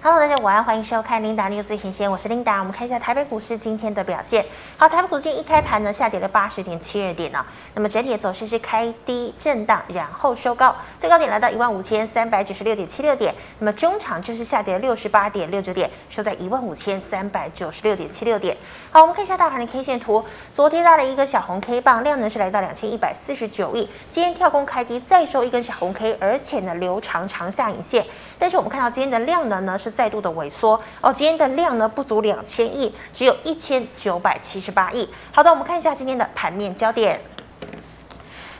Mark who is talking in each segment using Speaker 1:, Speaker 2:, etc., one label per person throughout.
Speaker 1: Hello，大家午安，欢迎收看 Linda News 最前线，我是 Linda。我们看一下台北股市今天的表现。好，台北股市今天一开盘呢，下跌了八十点七二点哦。那么整体的走势是开低震荡，然后收高，最高点来到一万五千三百九十六点七六点。那么中场就是下跌六十八点六九点，收在一万五千三百九十六点七六点。好，我们看一下大盘的 K 线图，昨天拉了一根小红 K 棒，量能是来到两千一百四十九亿。今天跳空开低，再收一根小红 K，而且呢留长长下影线。但是我们看到今天的量能呢是再度的萎缩哦，今天的量呢不足两千亿，只有一千九百七十八亿。好的，我们看一下今天的盘面焦点。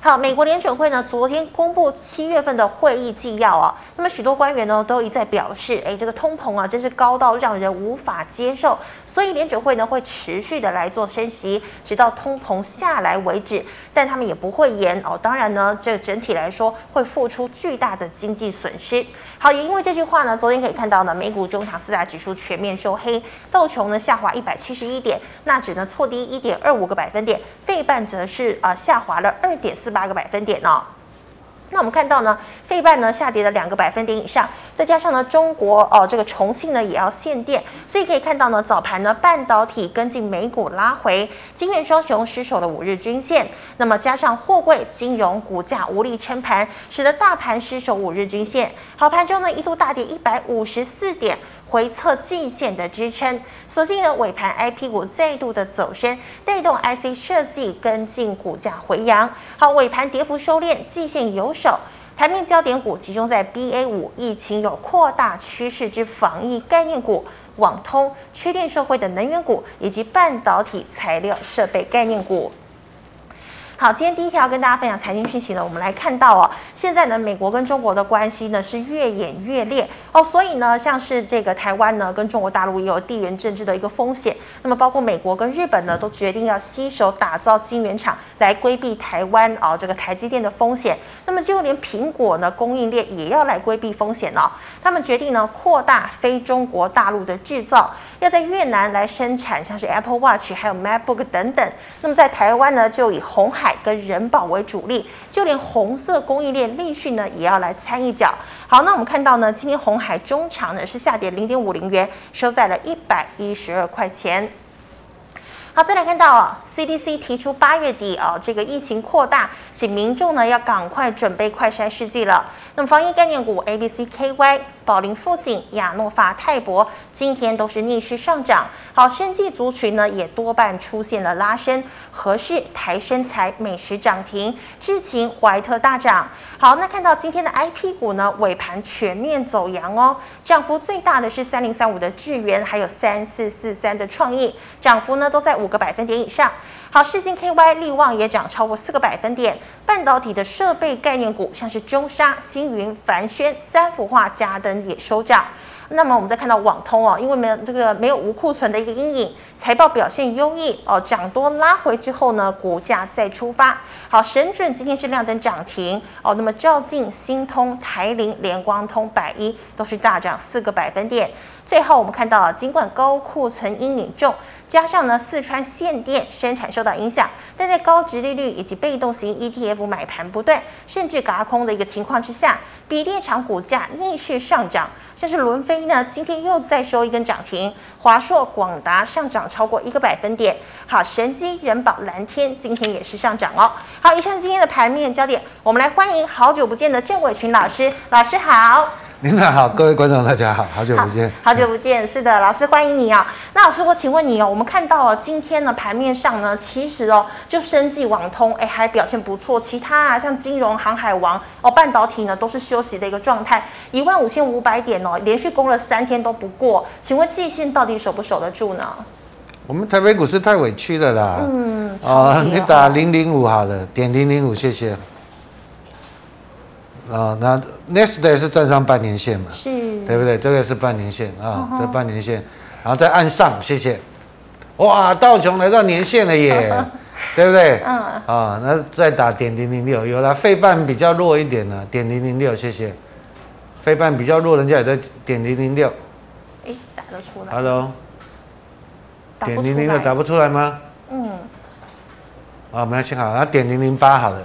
Speaker 1: 好，美国联准会呢，昨天公布七月份的会议纪要啊，那么许多官员呢都一再表示，哎，这个通膨啊，真是高到让人无法接受，所以联准会呢会持续的来做升息，直到通膨下来为止，但他们也不会延哦。当然呢，这整体来说会付出巨大的经济损失。好，也因为这句话呢，昨天可以看到呢，美股中场四大指数全面收黑，道琼呢下滑一百七十一点，纳指呢错低一点二五个百分点，费半则是啊、呃下滑了二点四八个百分点哦。那我们看到呢，费半呢下跌了两个百分点以上，再加上呢中国哦、这个重庆呢也要限电，所以可以看到呢早盘呢半导体跟进美股拉回，金元双雄失守了五日均线，那么加上货柜金融股价无力撑盘，使得大盘失守五日均线。好盘中呢一度大跌一百五十四点。回测季线的支撑，所幸呢尾盘 I P 股再度的走升，带动 I C 设计跟进股价回扬。好，尾盘跌幅收敛，季线有守。盘面焦点股集中在 B A 五，疫情有扩大趋势之防疫概念股、网通、缺电社会的能源股，以及半导体材料设备概念股。好，今天第一条跟大家分享财经讯息呢，我们来看到哦，现在呢，美国跟中国的关系呢是越演越烈哦，所以呢，像是这个台湾呢跟中国大陆也有地缘政治的一个风险，那么包括美国跟日本呢都决定要携手打造晶圆厂来规避台湾哦这个台积电的风险，那么就连苹果呢供应链也要来规避风险哦，他们决定呢扩大非中国大陆的制造，要在越南来生产像是 Apple Watch 还有 MacBook 等等，那么在台湾呢就以红海。跟人保为主力，就连红色供应链立讯呢也要来参一脚。好，那我们看到呢，今天红海中场呢是下跌零点五零元，收在了一百一十二块钱。好，再来看到、哦、CDC 提出八月底啊、哦，这个疫情扩大，请民众呢要赶快准备快筛试剂了。那么防疫概念股 ABCKY、宝林富锦、亚诺法泰博今天都是逆势上涨。好，生技族群呢也多半出现了拉升，合适台生材美食涨停，智勤怀特大涨。好，那看到今天的 IP 股呢尾盘全面走阳哦，涨幅最大的是三零三五的智源，还有三四四三的创意，涨幅呢都在。五个百分点以上。好，世星 KY 力旺也涨超过四个百分点。半导体的设备概念股，像是中沙、星云、凡轩、三幅画、嘉登也收涨。那么我们再看到网通哦，因为没有这个没有无库存的一个阴影，财报表现优异哦，涨多拉回之后呢，股价再出发。好，神准今天是亮灯涨停哦，那么兆进、新通、台铃、联光通、百一都是大涨四个百分点。最后我们看到，尽管高库存阴影重，加上呢四川限电生产受到影响，但在高值利率以及被动型 ETF 买盘不断，甚至嘎空的一个情况之下，比电厂股价逆势上涨，像是伦飞呢今天又再收一根涨停，华硕、广达上涨超过一个百分点。好，神机、人保、蓝天今天也是上涨哦。好，以上是今天的盘面焦点，我们来欢迎好久不见的郑伟群老师，老师好。
Speaker 2: 您好，各位观众，大家好，好久不见，
Speaker 1: 好久不见，是的，老师欢迎你啊、那老师，我请问你哦，我们看到哦，今天呢盘面上呢，其实哦，就生技、网通，哎，还表现不错，其他啊像金融、航海王哦，半导体呢都是休息的一个状态，一万五千五百点哦，连续攻了三天都不过，请问季线到底守不守得住呢？
Speaker 2: 我们台北股市太委屈了啦，
Speaker 1: 嗯，超
Speaker 2: 哦，
Speaker 1: 级
Speaker 2: 你打零零五好了，点零零五，谢谢。啊、那 next day 是站上半年线嘛，
Speaker 1: 是，
Speaker 2: 对不对？这个是半年线
Speaker 1: 嗯
Speaker 2: 啊，这半年线，然后再按上，谢谢。哇，道琼来到年线了 耶，对不对？
Speaker 1: 嗯
Speaker 2: 啊、那再打点零零六，有了，费半比较弱一点呢，点零零六，谢谢。费半比较弱，人家也在点零零六
Speaker 1: 哎，打得出来，
Speaker 2: ，hello。
Speaker 1: 打不
Speaker 2: 点
Speaker 1: 出
Speaker 2: 零零的打
Speaker 1: 来，
Speaker 2: 不出来吗？
Speaker 1: 嗯，
Speaker 2: 啊，没关系，好，那点零零八好了。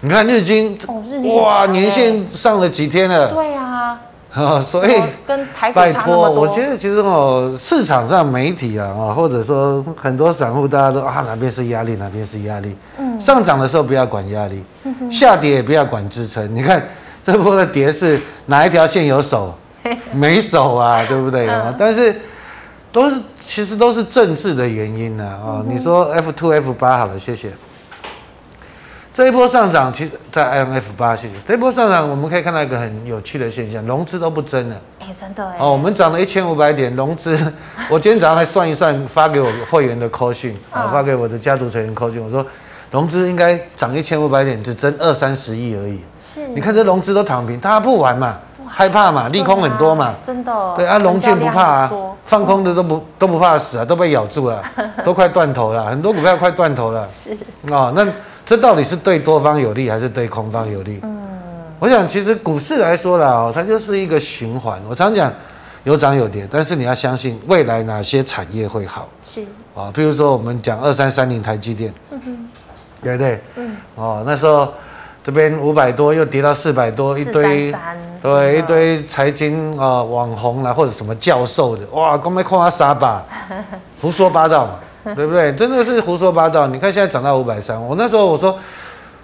Speaker 2: 你看日经，
Speaker 1: 哦日经很强
Speaker 2: 哇，
Speaker 1: 欸
Speaker 2: 年限上了几天了？
Speaker 1: 对啊，
Speaker 2: 啊，所以
Speaker 1: 怎么跟台股
Speaker 2: 拜
Speaker 1: 差那么
Speaker 2: 托，
Speaker 1: 多，
Speaker 2: 我觉得其实哦，市场上媒体啊，哦，或者说很多散户，大家都啊哪边是压力，哪边是压力。嗯，上涨的时候不要管压力，
Speaker 1: 嗯
Speaker 2: 下跌也不要管支撑。你看这波的跌是哪一条线 有手，没手啊，对不
Speaker 1: 嗯
Speaker 2: 对？啊？但是都是其实都是政治的原因呢、啊。
Speaker 1: 嗯
Speaker 2: 哦，你说 F two F 八好了，谢谢。这一波上涨，其实在 IMF 八，谢谢。这一波上涨，我们可以看到一个很有趣的现象，融资都不增了。
Speaker 1: 哎，真的哎，
Speaker 2: 哦，我们涨了一千五百点，融资， 我今天早上还算一算，发给我会员的扣讯，啊，发给我的家族成员扣讯，我说融资应该涨一千五百点，只增二三十亿而已。
Speaker 1: 是
Speaker 2: 你看这融资都躺平，大家嗯不玩嘛，害怕嘛，利空很多
Speaker 1: 对
Speaker 2: 嘛，
Speaker 1: 啊真的，
Speaker 2: 对啊，龙剑不怕
Speaker 1: 成交量
Speaker 2: 啊
Speaker 1: 很缩，
Speaker 2: 放空的都不都不怕死啊，都被咬 住了，都快断头了，很多股票快断头了。
Speaker 1: 是
Speaker 2: 哦，那这到底是对多方有利还是对空方有利？嗯，我想其实股市来说啦，哦，它就是一个循环。我常讲有涨有跌，但是你要相信未来哪些产业会好
Speaker 1: 是，
Speaker 2: 啊、比如说我们讲二三三零台积电，对不对？嗯，哦，那时候这边五百多又跌到四百多，一堆。
Speaker 1: 433
Speaker 2: 对，
Speaker 1: 真
Speaker 2: 一
Speaker 1: 的
Speaker 2: 堆财经啊、呃网红啦，或者什么教授的，哇，光没看他傻 吧，胡说八道嘛，对不对？真的是胡说八道。你看现在涨到五百三，我那时候我说，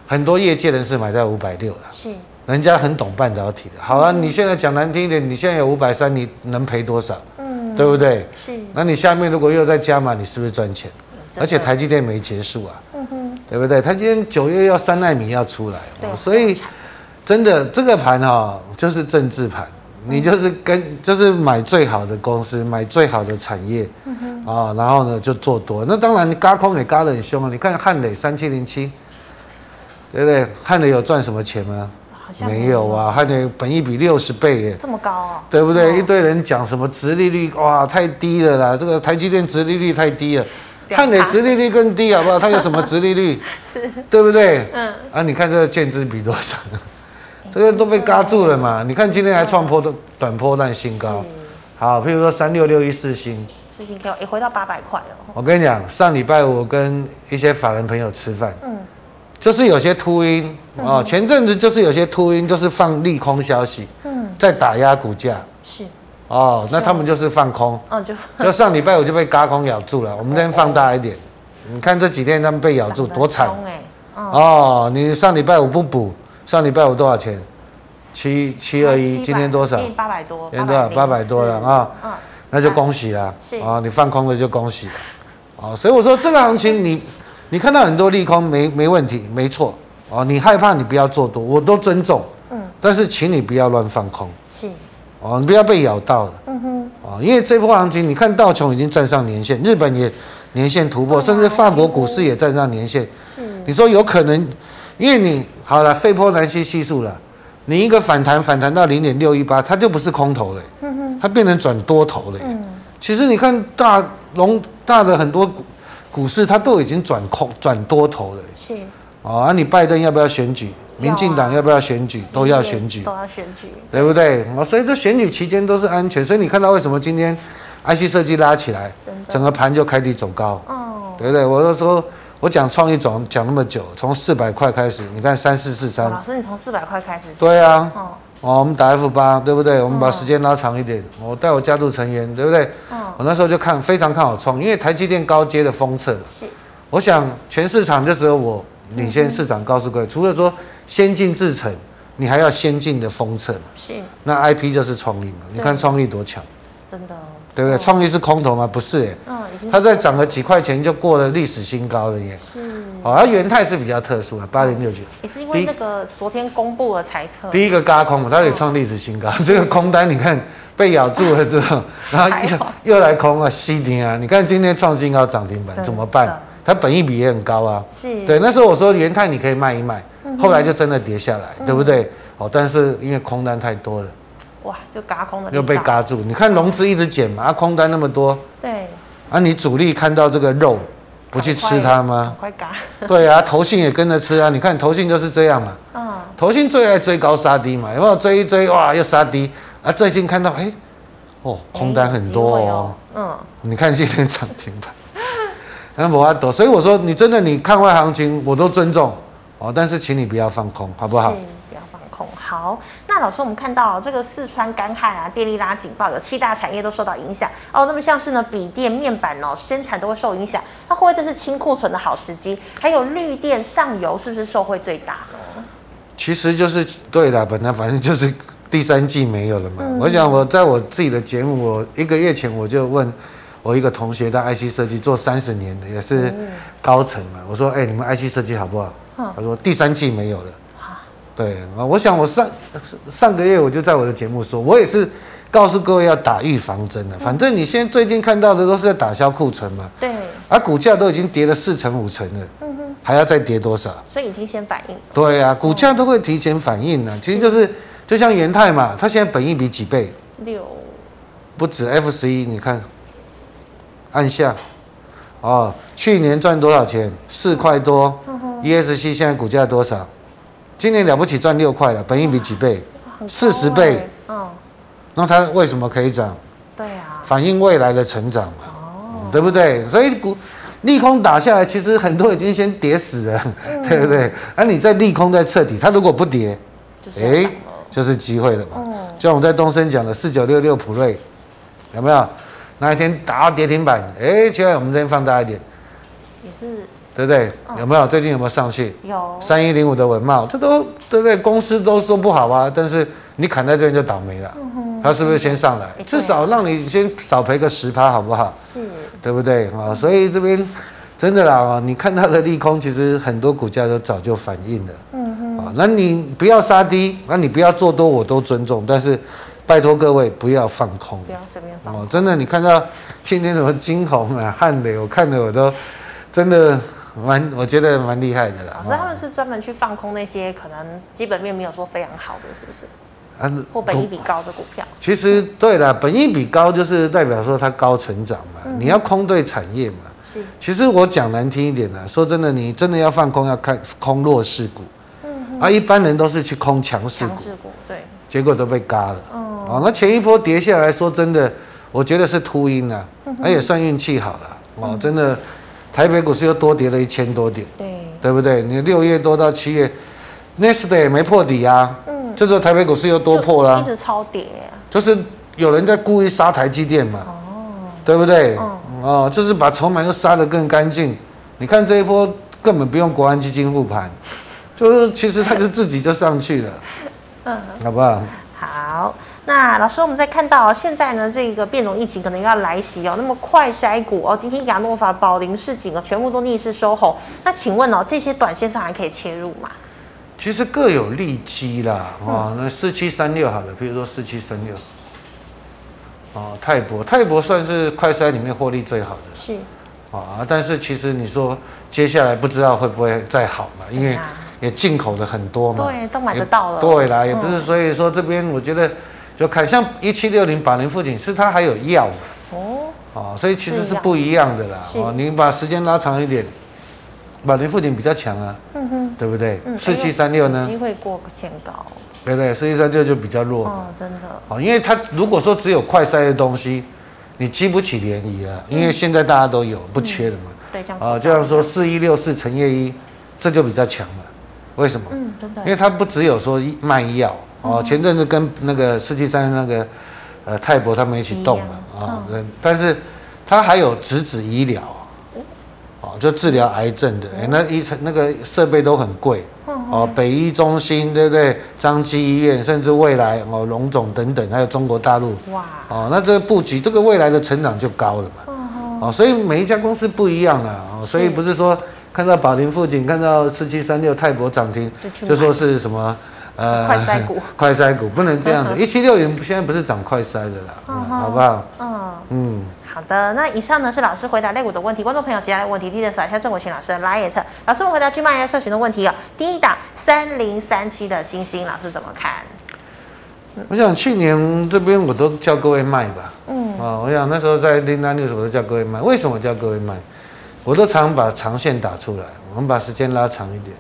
Speaker 2: 很多业界人士买在五百六了，
Speaker 1: 是
Speaker 2: 人家很懂半导体的。好啊，你现在讲难听一点，你现在有五百三，你能赔多少？
Speaker 1: 嗯
Speaker 2: 对不对？
Speaker 1: 是，
Speaker 2: 那你下面如果又再加码，你是不是赚钱？
Speaker 1: 真的
Speaker 2: 而且台积电没结束啊，
Speaker 1: 嗯哼
Speaker 2: 对不对？它今天九月要三纳米要出来哦，
Speaker 1: 对
Speaker 2: 所以真的这个盘哈、就是政治盘，
Speaker 1: 嗯
Speaker 2: 你就是跟就是买最好的公司，买最好的产业，
Speaker 1: 嗯
Speaker 2: 啊、然后呢就做多。那当然，你嘎空也嘎得很凶啊！你看汉磊三七零七，对不对？汉磊有赚什么钱吗？
Speaker 1: 好像
Speaker 2: 没有啊，汉磊本益比六十倍耶。
Speaker 1: 这么高哦，
Speaker 2: 对不对？
Speaker 1: 哦
Speaker 2: 一堆人讲什么殖利率哇太低了啦，这个台积电殖利率太低了，
Speaker 1: 表
Speaker 2: 汉磊
Speaker 1: 达
Speaker 2: 殖利率更低好不好？它有什么殖利率？
Speaker 1: 是
Speaker 2: 对不对？
Speaker 1: 嗯
Speaker 2: 啊，你看这个建资比多少？ 这个都被嘎住了嘛？你看今天还创破的短波段新高。好，譬如说三六六一四星，
Speaker 1: 事情给我也回到八百块了，
Speaker 2: 我跟你讲，上礼拜五我跟一些法人朋友吃饭，
Speaker 1: 嗯
Speaker 2: 就是有些秃鹰哦，前阵子就是有些秃鹰就是放利空消息，
Speaker 1: 嗯
Speaker 2: 在打压股价
Speaker 1: 是，
Speaker 2: 哦，那他们就是放空，
Speaker 1: 嗯 就
Speaker 2: 就上礼拜五就被嘎空咬住了。我们这边放大一点，你看这几天他们被咬住多惨
Speaker 1: 长得很凶哎，嗯
Speaker 2: 哦，你上礼拜五不补，上礼拜五多少钱？七七二一，
Speaker 1: 700
Speaker 2: 今天多少
Speaker 1: 今？天八百多，
Speaker 2: 今天多少
Speaker 1: 804
Speaker 2: 八百多了啊，
Speaker 1: 嗯
Speaker 2: 那就恭喜啦！
Speaker 1: 是
Speaker 2: 啊，你放空了就恭喜了。哦，所以我说这个行情你，你看到很多利空没没问题，没错。哦，你害怕你不要做多，我都尊重。
Speaker 1: 嗯
Speaker 2: 但是请你不要乱放空
Speaker 1: 是，
Speaker 2: 哦，你不要被咬到了
Speaker 1: 嗯哼
Speaker 2: 哦，因为这波行情，你看道琼已经站上年线，日本也年线突破，
Speaker 1: 对啊
Speaker 2: 甚至法国股市也站上年线。
Speaker 1: 是
Speaker 2: 你说有可能，因为你好了，费波南西系数了，你一个反弹反弹到零点六一八，它就不是空头了，它变成转多头了。
Speaker 1: 嗯
Speaker 2: 其实你看大龙大的很多股股市，它都已经转空转多头了。
Speaker 1: 是，
Speaker 2: 哦，啊，你拜登要不要选举？
Speaker 1: 要啊
Speaker 2: 民进党要不要选举？都要选举，
Speaker 1: 都要选举，
Speaker 2: 对不对？哦，所以这选举期间都是安全，所以你看到为什么今天 IC 设计拉起来
Speaker 1: 真，的
Speaker 2: 整个盘就开低走高。
Speaker 1: 哦，
Speaker 2: 对不对？我就说，我讲创意总讲那么久，从四百块开始，你看三四四
Speaker 1: 哦
Speaker 2: 三，
Speaker 1: 老师你从四百块开始，
Speaker 2: 对啊，
Speaker 1: 哦
Speaker 2: 哦，我们打 F 八，对不对？我们把
Speaker 1: 嗯
Speaker 2: 时间拉长一点，我带我家族成员，对不对？
Speaker 1: 哦
Speaker 2: 我那时候就看非常看好创，因为台积电高阶的封测，
Speaker 1: 是，
Speaker 2: 我想全市场就只有我领
Speaker 1: 嗯
Speaker 2: 先市场高速各位，除了说先进制程，你还要先进的封测嘛，
Speaker 1: 是
Speaker 2: 那 IP 就是创意嘛，你看
Speaker 1: 对
Speaker 2: 创意多强，
Speaker 1: 真的，哦
Speaker 2: 对不对？创意是空头吗？不是、欸，
Speaker 1: 嗯，已经
Speaker 2: 它再涨个几块钱就过了历史新高了
Speaker 1: 嗯
Speaker 2: 耶。
Speaker 1: 是
Speaker 2: 好、哦，而元泰是比较特殊的，八零六九，
Speaker 1: 也是因
Speaker 2: 第一
Speaker 1: 为那个昨天公布了猜测，
Speaker 2: 第一个嘎空，它也创历史新高。 这个空单你看被咬住了之 后，然
Speaker 1: 还
Speaker 2: 后
Speaker 1: 好
Speaker 2: 又又来空啊，吸停啊。你看今天创新高涨停板
Speaker 1: 真的
Speaker 2: 怎么办？它本益比也很高啊。
Speaker 1: 是嗯
Speaker 2: 对，那时候我说元泰你可以卖一卖，后来就真的跌下来，对不对？哦，但是因为空单太多了，
Speaker 1: 哇，就嘎空的
Speaker 2: 又被
Speaker 1: 力道，
Speaker 2: 嘎住。你看融资一直减嘛，啊，空单那么多，
Speaker 1: 对，
Speaker 2: 啊，你主力看到这个肉不去吃它吗
Speaker 1: 赶？快嘎，
Speaker 2: 对啊，投信也跟着吃啊。你看投信就是这样嘛。
Speaker 1: 嗯，
Speaker 2: 投信最爱追高杀低嘛，有没有追一追哇又杀低啊？最近看到哎、哦空单很多哦，
Speaker 1: 哎哎，有机会哦
Speaker 2: 你看今天涨停板，那我要躲，所以我说你真的你看坏行情我都尊重哦，但是请你不要放空好
Speaker 1: 嗯，
Speaker 2: 不好
Speaker 1: 是？？不要放空，好，那老师，我们看到这个四川干旱啊，电力拉警报，有七大产业都受到影响哦。那么像是呢，笔电、面板哦，生产都会受影响。那会不会这是清库存的好时机？还有绿电上游是不是受惠最大呢？
Speaker 2: 其实就是对了，本来反正就是第三季没有了嘛。
Speaker 1: 嗯
Speaker 2: 我想我在我自己的节目，我一个月前我就问我一个同学，他 IC 设计做三十年的，也是高层嘛。我说：“哎、你们 IC 设计好不好？”
Speaker 1: 嗯
Speaker 2: 他说：“第三季没有了。
Speaker 1: 啊”
Speaker 2: 对，啊我想我上上个月我就在我的节目说，我也是告诉各位要打预防针
Speaker 1: 嗯
Speaker 2: 的。反正你现在最近看到的都是在打消库存嘛，
Speaker 1: 对，
Speaker 2: 而、股价都已经跌了四成五成了，
Speaker 1: 嗯
Speaker 2: 还要再跌多少？
Speaker 1: 所以已经先反应。
Speaker 2: 对啊，股价都会提前反应啊。其实就是就像元泰嘛，它现在本益比几倍，
Speaker 1: 六
Speaker 2: 不止 F 十一，你看，按下，哦，去年赚多少钱？四块多。ESC
Speaker 1: 嗯
Speaker 2: 现在股价多少？今年了不起赚六块了，本益比几倍？40倍，
Speaker 1: 很高欸嗯，
Speaker 2: 那它为什么可以涨？
Speaker 1: 对啊，
Speaker 2: 反映未来的成长嘛，
Speaker 1: 哦
Speaker 2: 对不对？所以股利空打下来，其实很多已经先跌死了，
Speaker 1: 嗯
Speaker 2: 对不对？而、你在利空在彻底，它如果不跌，
Speaker 1: 就是要
Speaker 2: 哎
Speaker 1: 涨，了
Speaker 2: 就是机会了嘛。
Speaker 1: 嗯
Speaker 2: 就像我在东升讲的四九六六普瑞，有没有？那一天打到跌停板，哎，其实我们这边放大一点，
Speaker 1: 也是
Speaker 2: 对不对？有没有？最近有没有上去？
Speaker 1: 有
Speaker 2: 三一零五的文茂，这都对不对？公司都说不好啊，但是你砍在这边就倒霉了。它是不是先上来
Speaker 1: 对？
Speaker 2: 至少让你先少赔个十趴，好不好？
Speaker 1: 是
Speaker 2: 对不对啊、所以这边真的啦啊，你看它的利空，其实很多股价都早就反应了。嗯哼。啊，那你不要杀低，那你不要做多，我都尊重。但是拜托各位不要放空
Speaker 1: 不要随便放。
Speaker 2: 哦，真的，你看到今天什么金红啊、汉磊，我看的我都真的蛮，我觉得蛮厉害的啦
Speaker 1: 老。师，他
Speaker 2: 哦
Speaker 1: 们是专门去放空那些可能基本面没有说非常好的，是不是？
Speaker 2: 啊，
Speaker 1: 或本益比高的股票。
Speaker 2: 其实对啦，本益比高就是代表说它高成长嘛，你要空对产业嘛。
Speaker 1: 是
Speaker 2: 其实我讲难听一点的，说真的，你真的要放空，要看空弱势股。啊，一般人都是去空强势股
Speaker 1: 强，势股，对，
Speaker 2: 结果都被嘎了。
Speaker 1: 嗯
Speaker 2: 哦，那前一波跌下来说真的，我觉得是秃鹰啊，那也算运气好了。哦，真的，台北股市又多跌了一千多点，
Speaker 1: 对，
Speaker 2: 对不对？你六月多到七月 n e s t 也没破底啊，
Speaker 1: 嗯，
Speaker 2: 就说台北股市又多破啦、
Speaker 1: 就一直超跌，
Speaker 2: 就是有人在故意杀台积电嘛，对不对？
Speaker 1: 嗯
Speaker 2: 哦，就是把筹码又杀得更干净。你看这一波根本不用国安基金护盘，就是其实它就自己就上去了， 嗯，好不好？
Speaker 1: 好。那老师，我们再看到现在呢，这个变种疫情可能要来袭哦。那么快筛股哦，今天亚诺法、宝林、市井哦，全部都逆势收红。那请问哦，这些短线上还可以切入吗？
Speaker 2: 其实各有利基啦，哦，那四七三六好了，比如说四七三六，哦，泰博，泰博算是快筛里面获利最好的
Speaker 1: 是，
Speaker 2: 啊，但是其实你说接下来不知道会不会再好嘛，因
Speaker 1: 对
Speaker 2: 为
Speaker 1: 啊
Speaker 2: 也进口了很多嘛，
Speaker 1: 对，都买得到了。
Speaker 2: 对啦，也不
Speaker 1: 嗯
Speaker 2: 是，所以说这边我觉得就看像一七六零八零附近，是它还有药嘛，
Speaker 1: 哦，
Speaker 2: 哦，所以其实
Speaker 1: 是
Speaker 2: 是
Speaker 1: 药
Speaker 2: 不一样的啦。
Speaker 1: 是
Speaker 2: 哦，你把时间拉长一点，八零附近比较强啊，
Speaker 1: 嗯哼，
Speaker 2: 对不对？
Speaker 1: 嗯
Speaker 2: 四七三六呢
Speaker 1: 机，会过前高，
Speaker 2: 对不对？四七三六就比较弱嘛。
Speaker 1: 哦，真的，
Speaker 2: 哦，因为它如果说只有快筛的东西，你激不起涟漪啊，因为
Speaker 1: 嗯
Speaker 2: 现在大家都有，不缺的嘛。
Speaker 1: 对，这样
Speaker 2: 啊，就像说四一六四乘业一，这就比较强了，为什么？
Speaker 1: 嗯，真的
Speaker 2: 因，为它不只有说卖药哦，前阵子跟那个世纪三那个呃泰博他们一起动了
Speaker 1: 一样
Speaker 2: 啊，对但是它还有直指医疗哦，就治疗癌症的，哎那医生那个设备都很贵
Speaker 1: 嗯
Speaker 2: 哦，北医中心对不对？张基医院，甚至未来哦龙总等等，还有中国大陆
Speaker 1: 哇，嗯
Speaker 2: 哦，那这个布局这个未来的成长就高了嘛。哦，所以每一家公司不一样啦，哦，所以
Speaker 1: 是
Speaker 2: 不是说看到宝林附近，看到四七三六泰博涨停
Speaker 1: 就去，买
Speaker 2: 就说是什么呃
Speaker 1: 快筛股，
Speaker 2: 快筛股不能这 样的，一七六零现在不是涨快筛的啦，嗯好不好？
Speaker 1: 嗯。
Speaker 2: 嗯。
Speaker 1: 好的，那以上呢是老师回答类股的问题，观众朋友其他的问题记得扫一下郑伟群老师的 liet。老师，我们回答 G 麦人社群的问题哦。第一档三零三七的星星，老师怎么看？嗯
Speaker 2: 我想去年这边我都叫各位卖吧，嗯，啊、我想那时候在林丹 news 我都叫各位卖，为什么我叫各位卖？我都常把长线打出来，我们把时间拉长一点，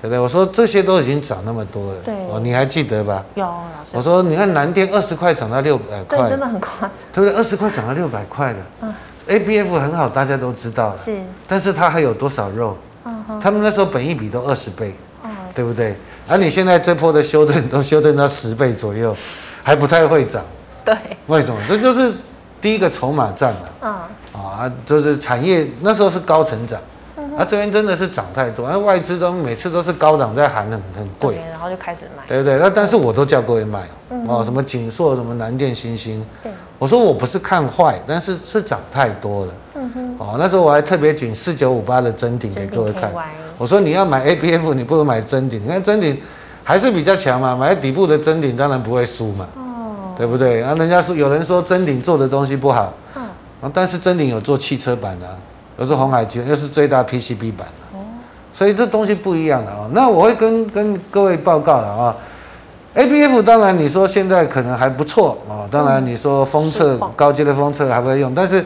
Speaker 2: 对不对？我说这些都已经涨那么多了，
Speaker 1: 对
Speaker 2: 哦，你还记得吧？
Speaker 1: 有老师，
Speaker 2: 我说你看南电二十块涨到六百
Speaker 1: 对，
Speaker 2: 块
Speaker 1: 真，的很夸张，
Speaker 2: 对不对？二十块涨到六百块了，
Speaker 1: 嗯
Speaker 2: a b f 很好，大家都知道了，
Speaker 1: 是，
Speaker 2: 但是它还有多少肉？
Speaker 1: 嗯哼，
Speaker 2: 他们那时候本益比都二十倍，
Speaker 1: 哦，
Speaker 2: 对不对？而、你现在这波的修正都修正到十倍左右，还不太会涨，
Speaker 1: 对，
Speaker 2: 为什么？这就是第一个筹码战嘛、
Speaker 1: 嗯，
Speaker 2: 啊，就是产业那时候是高成长，
Speaker 1: 嗯
Speaker 2: 啊，这边真的是涨太多，而啊外资都每次都是高涨在喊很很贵
Speaker 1: 对，，然后就开始买，
Speaker 2: 对不对？那但是我都叫各位买
Speaker 1: 嗯
Speaker 2: 哦，什么锦硕、什么南电、星星，
Speaker 1: 对，
Speaker 2: 我说我不是看坏，但是是涨太多了。
Speaker 1: 嗯哼，
Speaker 2: 哦，那时候我还特别举四九五八的真顶给
Speaker 1: 真
Speaker 2: 各位
Speaker 1: 顶
Speaker 2: 看
Speaker 1: KY，
Speaker 2: 我说你要买 A P F，你不如买真顶。你看真顶还是比较强嘛，买底部的真顶当然不会输嘛，
Speaker 1: 哦，
Speaker 2: 对不对？啊，人家说有人说真顶做的东西不好，
Speaker 1: 嗯，
Speaker 2: 啊，但是真顶有做汽车版的、啊，又是红海集团，又是最大 P C B 版的、所以这东西不一样的啊、那我会跟跟各位报告了啊、A P F 当然你说现在可能还不错啊、哦，当然你说封测、
Speaker 1: 是吧
Speaker 2: 高阶的封测还会用，但是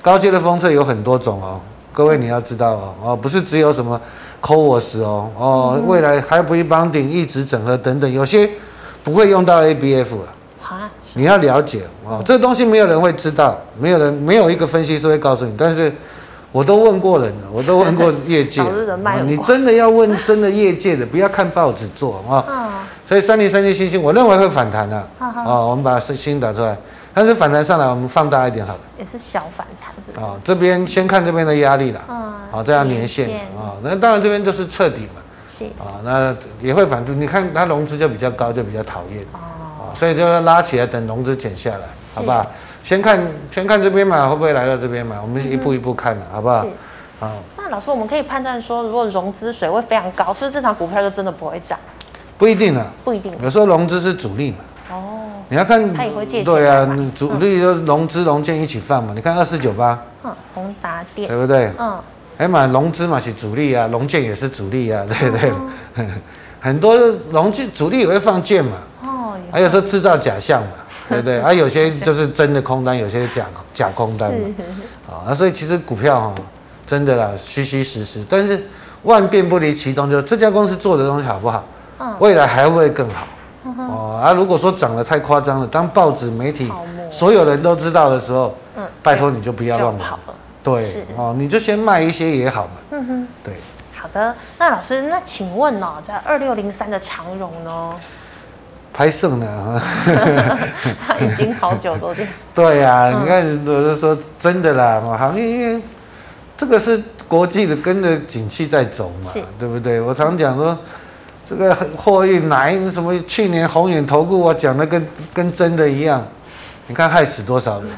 Speaker 2: 高阶的封测有很多种哦，各位你要知道哦，哦不是只有什么 c o w o s 哦，哦未来 Hybrid Bonding 一直整合等等，有些不会用到 A B F 啊。
Speaker 1: 好啊，是
Speaker 2: 你要了解哦，这东西没有人会知道，没有人没有一个分析师会告诉你。但是我都问过人了，我都问过 业界，
Speaker 1: 早日人脉
Speaker 2: 哦
Speaker 1: 很
Speaker 2: 你
Speaker 1: 广
Speaker 2: 真的要问 真的业界的，不要看报纸做啊。哦
Speaker 1: 嗯，
Speaker 2: 所以三零三七星星，我认为会反弹的啊、
Speaker 1: 好好
Speaker 2: 哦我们把星星打出来，但是反弹上来我们放大一点好了
Speaker 1: 也是小反弹，是不是？
Speaker 2: 啊、哦这边先看这边的压力啦，
Speaker 1: 嗯，
Speaker 2: 好、这样年限啊、哦那当然这边就是彻底嘛
Speaker 1: 是，
Speaker 2: 啊、那也会反弹。你看它融资就比较高，就比较讨厌。
Speaker 1: 哦，
Speaker 2: 哦，所以就要拉起来，等融资减下来，
Speaker 1: 是
Speaker 2: 好不好？先看先看这边嘛，会不会来到这边嘛？我们一步一步看嘛，好不好
Speaker 1: 嗯是？。
Speaker 2: 好，
Speaker 1: 那老师，我们可以判断说，如果融资水位非常高，是不是这档股票就真的不会涨？
Speaker 2: 不一定啊，
Speaker 1: 不一定
Speaker 2: 有时候融资是主力嘛，
Speaker 1: 哦。
Speaker 2: 你要看
Speaker 1: 他也会借钱
Speaker 2: 对啊
Speaker 1: 来买，
Speaker 2: 主力就融资融券一起放嘛。你看二四九八，
Speaker 1: 嗯，宏达电，
Speaker 2: 对不对？
Speaker 1: 嗯，
Speaker 2: 哎嘛，融资嘛是主力啊，融券也是主力啊，对不对？
Speaker 1: 嗯
Speaker 2: 很多融券主力也会放券嘛，
Speaker 1: 哦，也
Speaker 2: 还有说制造假 象嘛，对不对？啊，有些就是真的空单，有些假假空单嘛。
Speaker 1: 是，
Speaker 2: 啊，那所以其实股票哈，真的啦，虚虚实实，但是万变不离其宗，就这家公司做的东西好不好，
Speaker 1: 嗯，
Speaker 2: 未来还会不会更好？哦，啊，如果说涨得太夸张了，当报纸媒体
Speaker 1: 泡沫
Speaker 2: 所有人都知道的时候，
Speaker 1: 嗯，
Speaker 2: 哎拜托你就不
Speaker 1: 不
Speaker 2: 要乱买
Speaker 1: 跑，了。是
Speaker 2: 对，哦，你就先卖一些也好嘛，
Speaker 1: 嗯哼，
Speaker 2: 对，
Speaker 1: 好的。那老师，那请问哦，在二六零三的长荣呢，
Speaker 2: 拍剩呢，啊
Speaker 1: 它已经好久都这 样，
Speaker 2: 对呀、
Speaker 1: 嗯
Speaker 2: 你看，我就说真的啦，哦行业因为这个是国际的跟着景气在走嘛
Speaker 1: 是，
Speaker 2: 对不对？我常讲说，这个货运哪一什么去年宏远投顾我讲的跟跟真的一样，你看害死多 少人？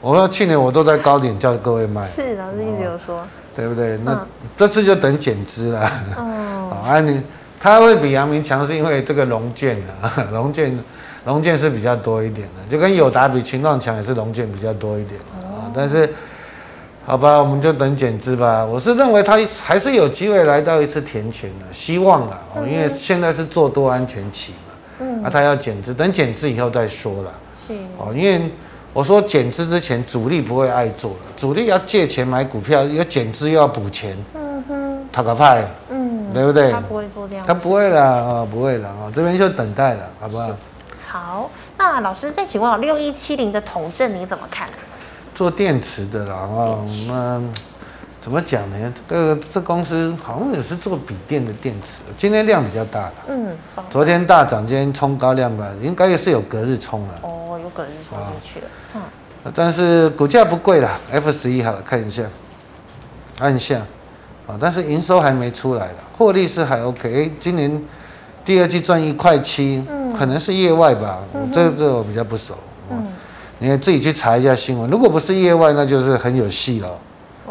Speaker 2: 我说去年我都在高点叫各位卖，
Speaker 1: 是老师一直有说，
Speaker 2: 对不对？那、
Speaker 1: 嗯
Speaker 2: 这次就等减资啦。
Speaker 1: 嗯，
Speaker 2: 好啊，你它会比阳明强，是因为这个龙卷啊，龙卷龙卷是比较多一点的，就跟友达比群创强也是龙卷比较多一点
Speaker 1: 哦
Speaker 2: 啊。但是，好吧，我们就等减资吧。我是认为它还是有机会来到一次填权的，希望啦，哦因为现在是做多安全期嘛，
Speaker 1: 嗯
Speaker 2: 啊，它要减资，等减资以后再说啦。
Speaker 1: 是，
Speaker 2: 哦，因为我说减资之前，主力不会爱做了，主力要借钱买股票，要减资又要补钱，
Speaker 1: 嗯哼，
Speaker 2: 讨个派，
Speaker 1: 嗯，
Speaker 2: 对不对？
Speaker 1: 他不会做这样，
Speaker 2: 他不会啦，哦，不会啦，哦，这边就等待了，好不好？
Speaker 1: 好，那老师再请问哦，六一七零的统证你怎么看？
Speaker 2: 做电池的啦，哦，那怎么讲呢？这个这公司好像也是做笔电的电池，今天量比较大了，
Speaker 1: 嗯，帮
Speaker 2: 昨天大涨，今天冲高量吧，应该也是有隔日冲了。
Speaker 1: 哦，有个人冲进去了，嗯，
Speaker 2: 但是股价不贵啦，F 十一好了，看一下，按一下，啊，但是营收还没出来了，获利是还 OK，诶今年第二季赚一块七，可能是业外吧，这这我比较不熟，嗯，你自己去查一下新闻，如果不是业外，那就是很有戏了，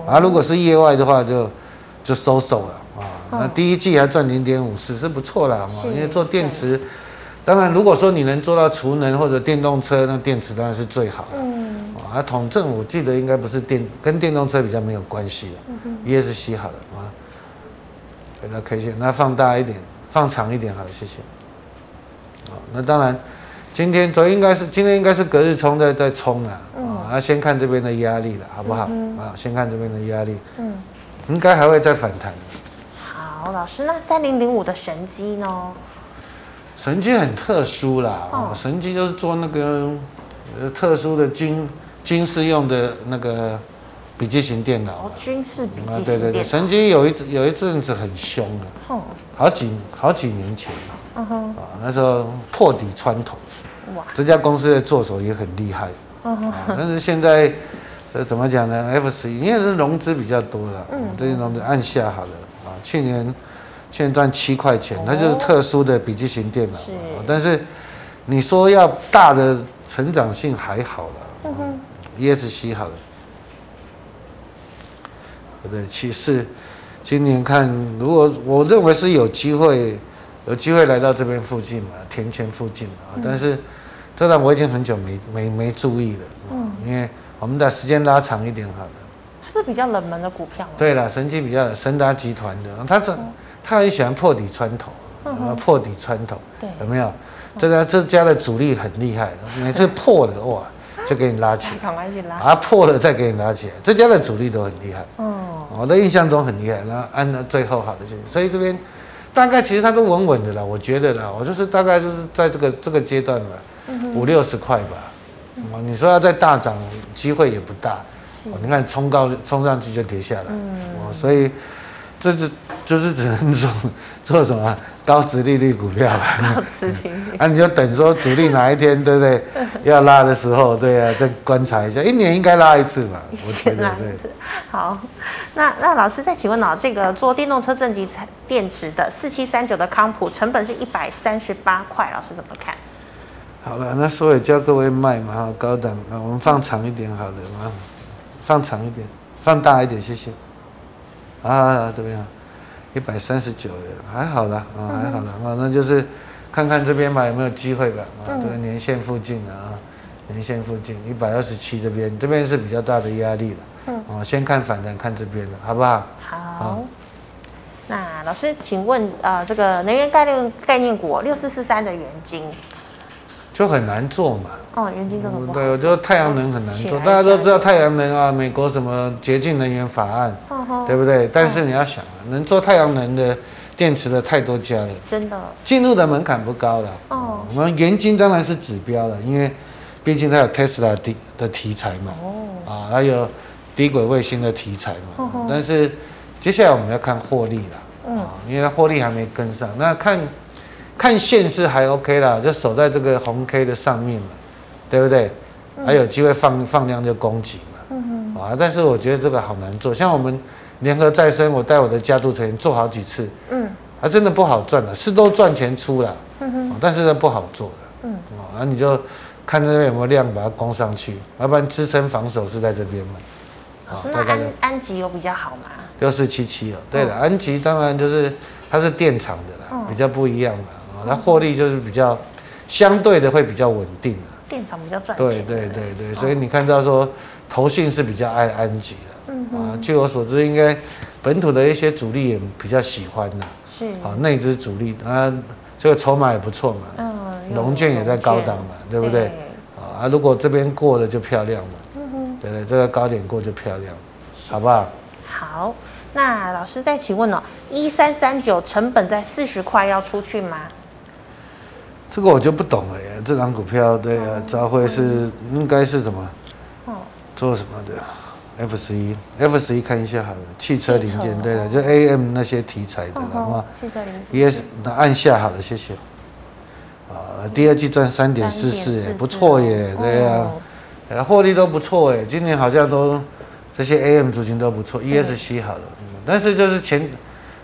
Speaker 2: 啊，如果是业外的话就就收手了啊，那第一季还赚零点五四是不错啦，啊
Speaker 1: 是
Speaker 2: 因为做电池。当然，如果说你能做到储能或者电动车，那电池当然是最好的。
Speaker 1: 嗯，
Speaker 2: 哦啊，统正我记得应该不是电跟电动车比较没有关系了、e
Speaker 1: 嗯
Speaker 2: s c 好了啊，给它 K 线，那放大一点，放长一点好了，谢谢。好，那当然，今天昨天应该是今天应该是隔日冲在在冲了
Speaker 1: 嗯
Speaker 2: 啊，那先看这边的压力了，好不好？啊，先看这边的压力，
Speaker 1: 嗯，
Speaker 2: 应该还会再反弹。
Speaker 1: 好，老师，那三零零五的神机呢？
Speaker 2: 神机很特殊啦，
Speaker 1: 哦
Speaker 2: 哦，神机就是做那个呃特殊的军军事用的那个笔记型电脑
Speaker 1: 哦
Speaker 2: 嘛，，
Speaker 1: 军事笔
Speaker 2: 啊
Speaker 1: 记，
Speaker 2: 对
Speaker 1: 型
Speaker 2: 对对，
Speaker 1: 电脑，
Speaker 2: 曾经有一有一阵子很凶的，
Speaker 1: 哼，
Speaker 2: 好几好几年前
Speaker 1: 嗯哼，
Speaker 2: 啊，那时候破底穿透，
Speaker 1: 哇，嗯
Speaker 2: 这家公司的做手也很厉害，啊但是现在呃怎么讲呢？F 十一因为是融资比较多了，嗯，这些融资按下好了啊，去年现在赚七块钱
Speaker 1: 哦，
Speaker 2: 它就是特殊的笔记型电脑，
Speaker 1: 是
Speaker 2: 啊但是你说要大的成长性还好了、
Speaker 1: 嗯哼，
Speaker 2: e s c 好了，对不对？其实今年看，如果我认为是有机会，有机会来到这边附近嘛，田泉附近
Speaker 1: 嗯
Speaker 2: 啊，但是这段我已经很久没没没注意了，嗯，因为我们把时间拉长一点好了。
Speaker 1: 它是比较冷门的股票嘛，
Speaker 2: 对了，神奇比较神达集团的，他
Speaker 1: 哦
Speaker 2: 这他很喜欢破底穿透，
Speaker 1: 嗯
Speaker 2: 呃破底穿透，
Speaker 1: 对
Speaker 2: 有没有？这家这家的主力很厉害，每次破了哇，就给你拉起来。
Speaker 1: 赶快去拉，
Speaker 2: 啊，破了再给你拿起来，这家的主力都很厉害，
Speaker 1: 嗯，
Speaker 2: 我的印象中很厉害。然后按到最后好的去，所以这边大概其实它都稳稳的啦，我觉得啦，我就是大概就是在这个这个阶段吧，五六十块吧。哦，你说要再大涨，机会也不大。
Speaker 1: 是
Speaker 2: 哦，你看冲高冲上去就跌下来，哦，所以这只就是只能做 做什么高值利率股票吧。
Speaker 1: 要吃进 去，
Speaker 2: 啊那、你就等说主力哪一天，对不 对？要拉的时候，对啊，再观察一下，一年应该拉一次 吧？我觉得
Speaker 1: 拉
Speaker 2: 对。
Speaker 1: 子。好，那那老师再请问哦，这个做电动车正极电池的四七三九的康普成本是一百三十八块，老师怎么看？
Speaker 2: 好了，那所以叫各位卖嘛，哈，高档啊，我们放长一点好了嘛，放长一点，放大一点，谢谢。啊，怎么样？一百三十九元，还好啦，啊，还好啦，啊，那就是看看这边嘛有没有机会吧，啊，这个年线附近啊，年线附近一百二十七这边，这边是比较大的压力了，嗯，啊，先看反弹，看这边了，好不好？
Speaker 1: 好
Speaker 2: 好，
Speaker 1: 那老师，请问呃，这个能源概念概念股六四四三的元晶，
Speaker 2: 就很难做嘛。
Speaker 1: 哦，元晶这个不好，
Speaker 2: 对，我觉得太阳能很难
Speaker 1: 起
Speaker 2: 做，
Speaker 1: 来
Speaker 2: 大家都
Speaker 1: 下
Speaker 2: 知道太阳能啊，美国什么洁净能源法案，
Speaker 1: 哦吼
Speaker 2: 对不对？但是你要想啊，能做太阳能的电池的太多家了，
Speaker 1: 真的
Speaker 2: 进入的门槛不高了。
Speaker 1: 哦
Speaker 2: 我们原晶当然是指标了，因为毕竟它有 Tesla 的的题材嘛，
Speaker 1: 哦，
Speaker 2: 啊，还有低轨卫星的题材
Speaker 1: 哦
Speaker 2: 嘛。但是接下来我们要看获利了，
Speaker 1: 嗯
Speaker 2: 啊，因为它获利还没跟上，那看看线是还 OK 啦，就守在这个红 K 的上面嘛，对不对？
Speaker 1: 嗯
Speaker 2: 还有机会放放量就攻击嘛，啊，但是我觉得这个好难做，像我们联合再生，我带我的家族成员做好几次，
Speaker 1: 嗯，
Speaker 2: 啊，真的不好赚了，是都赚钱出了，哦但是呢不好做了，嗯，啊，你就看这边有没有量把它攻上去，要不然支撑防守是在这边嘛，啊
Speaker 1: 老师，那
Speaker 2: 大概
Speaker 1: 安安吉有比较好吗？
Speaker 2: 六四七七哦，对了，安吉当然就是它是电厂的啦，比较不一样嘛，哦它获利就是比较相对的会比较稳定啊
Speaker 1: 电厂比较赚
Speaker 2: 对
Speaker 1: 钱，
Speaker 2: 对对对，所以你看到说投信是比较爱安吉的，啊，据我所知，应该本土的一些主力也比较喜欢的，
Speaker 1: 是，
Speaker 2: 好，内资主力啊，这个筹码也不错嘛，
Speaker 1: 嗯有
Speaker 2: 龙券也在高档
Speaker 1: 龙
Speaker 2: 嘛，对不对？嗯啊，啊如果这边过了就漂亮嘛，对对，这个高点过就漂亮，好不好？
Speaker 1: 好，那老师再请问哦，一三三九成本在四十块要出去吗？
Speaker 2: 这个我就不懂了耶，这张股票对
Speaker 1: 哦
Speaker 2: 啊，朝晖是应该是什么？做什么的？F 十一，F 十一看一下好了，汽车零
Speaker 1: 汽
Speaker 2: 件
Speaker 1: 车
Speaker 2: 对啊了，就 AM 那些题材的
Speaker 1: 哦
Speaker 2: 了
Speaker 1: 吼
Speaker 2: 嘛。
Speaker 1: 谢谢林姐
Speaker 2: ES ？E 那按下好了，谢谢。啊，第二季赚三点四四，不错耶，对呀、
Speaker 1: 哦
Speaker 2: 呃，获利都不错哎，今年好像都这些 AM 族群都不错，ESC 好了，嗯但是就是前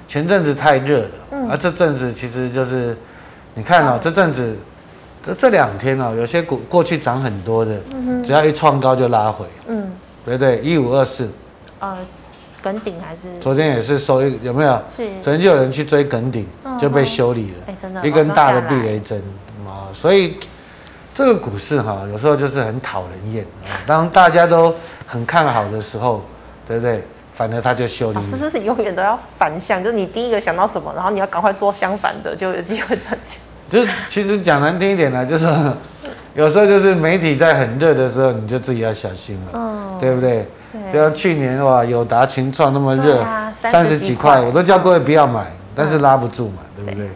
Speaker 2: 前阵子太热了，
Speaker 1: 嗯
Speaker 2: 啊，这阵子其实就是你看哦，这阵子这这两天哦，有些股过去涨很多的，只要一创高就拉回，
Speaker 1: 嗯，
Speaker 2: 对不对？一五二四，
Speaker 1: 呃，梗顶还是
Speaker 2: 昨天也是收一有没有？
Speaker 1: 是，
Speaker 2: 昨天就有人去追梗顶
Speaker 1: 嗯，
Speaker 2: 就被修理了。
Speaker 1: 哎，真的
Speaker 2: 一根大的避
Speaker 1: 雷，
Speaker 2: 雷针啊，所以这个股市哈、有时候就是很讨人厌啊。当大家都很看好的时候，对不对？反而它就修理
Speaker 1: 老
Speaker 2: 你
Speaker 1: 师。是不是永远都要反向？就是你第一个想到什么，然后你要赶快做相反的，就有机会赚钱。
Speaker 2: 就是其实讲难听一点呢、就是 说有时候就是媒体在很热的时候，你就自己要小心了，
Speaker 1: 嗯，
Speaker 2: 对不对？就
Speaker 1: 对，
Speaker 2: 像去年哇，友达、群创那么
Speaker 1: 对
Speaker 2: 热
Speaker 1: 啊，
Speaker 2: 三十、
Speaker 1: 30几
Speaker 2: 几
Speaker 1: 块嗯
Speaker 2: 块，我都叫各位不要买，但是拉 不住嘛，对不对？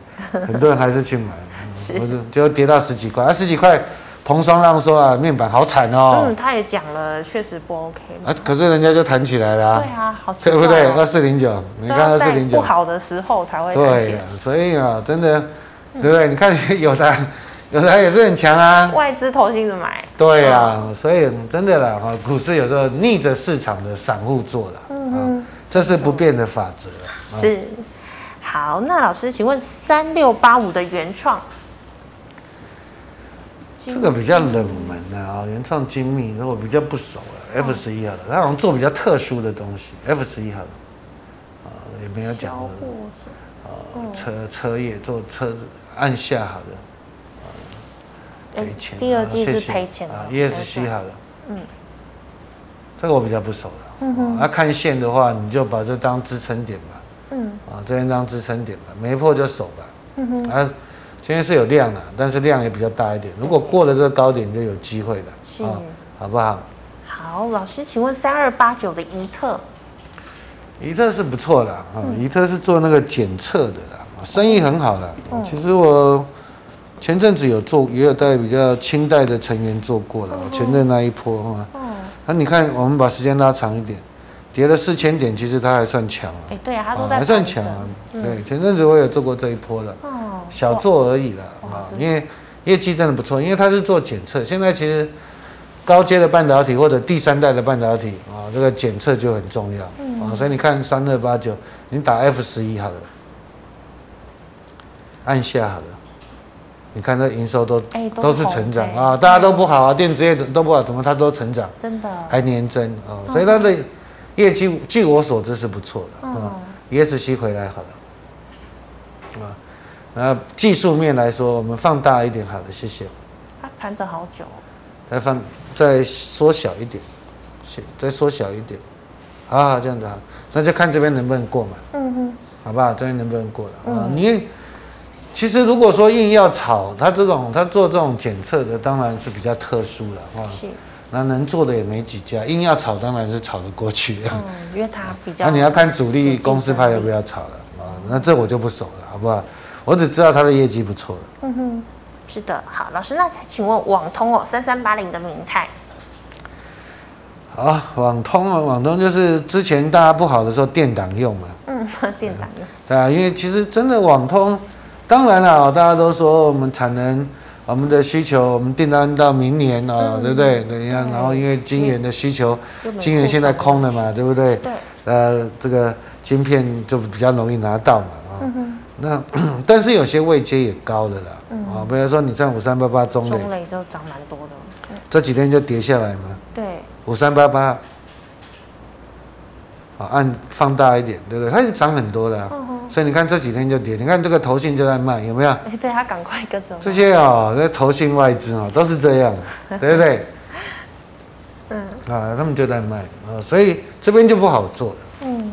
Speaker 2: 很多人还是去买，嗯
Speaker 1: 是
Speaker 2: 我就就跌到十几块，啊，十几块彭双浪说啊，面板好惨哦、
Speaker 1: 嗯，他也讲了，确实不 OK 嘛。
Speaker 2: 啊，可是人家就弹起来了、
Speaker 1: 对啊，好奇
Speaker 2: 对
Speaker 1: 怪、哦，
Speaker 2: 不对？二四零九，你看
Speaker 1: 都
Speaker 2: 二
Speaker 1: 要
Speaker 2: 四
Speaker 1: 在
Speaker 2: 零
Speaker 1: 不
Speaker 2: 九，
Speaker 1: 好的时候才会弹起
Speaker 2: 对
Speaker 1: 来。，
Speaker 2: 所以啊，真的，对不对？你看 有的，有的也是很强啊，
Speaker 1: 外资投信的买，
Speaker 2: 对啊，所以真的啦，哈，股市有时候逆着市场的散户做了，
Speaker 1: 嗯
Speaker 2: 啊，这是不变的法则。
Speaker 1: 是。好，那老师，请问三六八五的原创，
Speaker 2: 这个比较冷门的啊，原创精密，那我比较不熟
Speaker 1: 哦
Speaker 2: 了。F 十一好了，它好像做比较特殊的东西。F 十一好了，啊，也没有讲
Speaker 1: 小嗯
Speaker 2: 了
Speaker 1: 户
Speaker 2: 啊，车车业做车子按下好了，
Speaker 1: 哎
Speaker 2: 赔钱啊。
Speaker 1: 第二季
Speaker 2: 谢
Speaker 1: 是
Speaker 2: 谢
Speaker 1: 赔钱的
Speaker 2: 啊
Speaker 1: 赔
Speaker 2: ，ESC
Speaker 1: 钱
Speaker 2: 好了，
Speaker 1: 嗯
Speaker 2: 嗯，这个我比较不熟了。嗯那看线的话，你就把这当支撑点吧。
Speaker 1: 嗯
Speaker 2: 啊，这边当支撑点吧，没破就守吧。
Speaker 1: 嗯哼，
Speaker 2: 啊，今天是有量的，但是量也比较大一点。如果过了这个高点，就有机会的。
Speaker 1: 是
Speaker 2: 啊，好不好？
Speaker 1: 好，老师，请问三二八九的怡特，
Speaker 2: 怡特是不错的啊，
Speaker 1: 嗯
Speaker 2: 怡特是做那个检测的啦，啊生意很好的。
Speaker 1: 嗯
Speaker 2: 其实我前阵子有做，也有带比较清代的成员做过
Speaker 1: 哦
Speaker 2: 了，前阵那一波啊。
Speaker 1: 嗯，
Speaker 2: 那你看，我们把时间拉长一点，跌了四千点，其实它还算强啊，
Speaker 1: 哎，对啊，它
Speaker 2: 啊
Speaker 1: 都在
Speaker 2: 还
Speaker 1: 盘
Speaker 2: 算
Speaker 1: 整嗯
Speaker 2: 强啊。对，前阵子我有做过这一波了。
Speaker 1: 哦，
Speaker 2: 小
Speaker 1: 哇，
Speaker 2: 做而已啦，
Speaker 1: 哇
Speaker 2: 啊，
Speaker 1: 是
Speaker 2: 因为业绩真的不错，因为它是做检测，现在其实高阶的半导体或者第三代的半导体啊，这个检测就很重要啊，所以你看三二八九，你打 F 十一好了，按下好了，你看这营收都
Speaker 1: 哎，
Speaker 2: 都是成长
Speaker 1: 红的
Speaker 2: 啊，大家都不好啊，电子业都不好，怎么它都成长，
Speaker 1: 真的，
Speaker 2: 还年增啊，所以它的业绩据我所知是不错的啊。
Speaker 1: 嗯，
Speaker 2: ESC 回来好了，啊，那技术面来说，我们放大一点好了，谢谢。
Speaker 1: 它盘整好久，
Speaker 2: 再放再缩小一点，是再缩小一点，好好这样子好，那就看这边能不能过嘛，
Speaker 1: 嗯哼，
Speaker 2: 好不好？这边能不能过了啊？你也其实如果说硬要炒，他这种他做这种检测的，当然是比较特殊了啊。
Speaker 1: 是，
Speaker 2: 那能做的也没几家，硬要炒当然是炒得过去。
Speaker 1: 嗯，因为它比较，
Speaker 2: 那你要看主力
Speaker 1: 有竞
Speaker 2: 公司派要不要炒了啊？那这我就不熟了，好不好？我只知道它的业绩不错了。
Speaker 1: 嗯哼，是的，好，老师，那请问网通哦，三三八零的明泰，
Speaker 2: 好，网通啊，网通就是之前大家不好的时候垫档用嘛，
Speaker 1: 嗯，电缆用，
Speaker 2: 对啊，因为其实真的网通，当然啦，大家都说我们产能、我们的需求、我们订单到明年啊，对不对？等一下，然后因为晶圆的需求，
Speaker 1: 又没
Speaker 2: 晶圆现在空了嘛，对不对
Speaker 1: 库？存，对，
Speaker 2: 呃，这个晶片就比较容易拿到嘛，啊、
Speaker 1: 嗯
Speaker 2: 那 但是有些位阶也高的啦，啊、比如说你像五三八八中磊
Speaker 1: 嗯中磊就涨蛮多的，嗯
Speaker 2: 这几天就跌下来嘛，
Speaker 1: 对，
Speaker 2: 五三八八，好，按放大一点，对不对？它已经涨很多了啊、
Speaker 1: 嗯哼，
Speaker 2: 所以你看这几天就跌，你看这个头信就在卖，有没有？
Speaker 1: 哎，对，它赶快跟着买，
Speaker 2: 这些哦，那投信外资哦，都 是这样，对不对？
Speaker 1: 嗯
Speaker 2: 啊，他们就在卖啊，所以这边就不好做了。
Speaker 1: 嗯。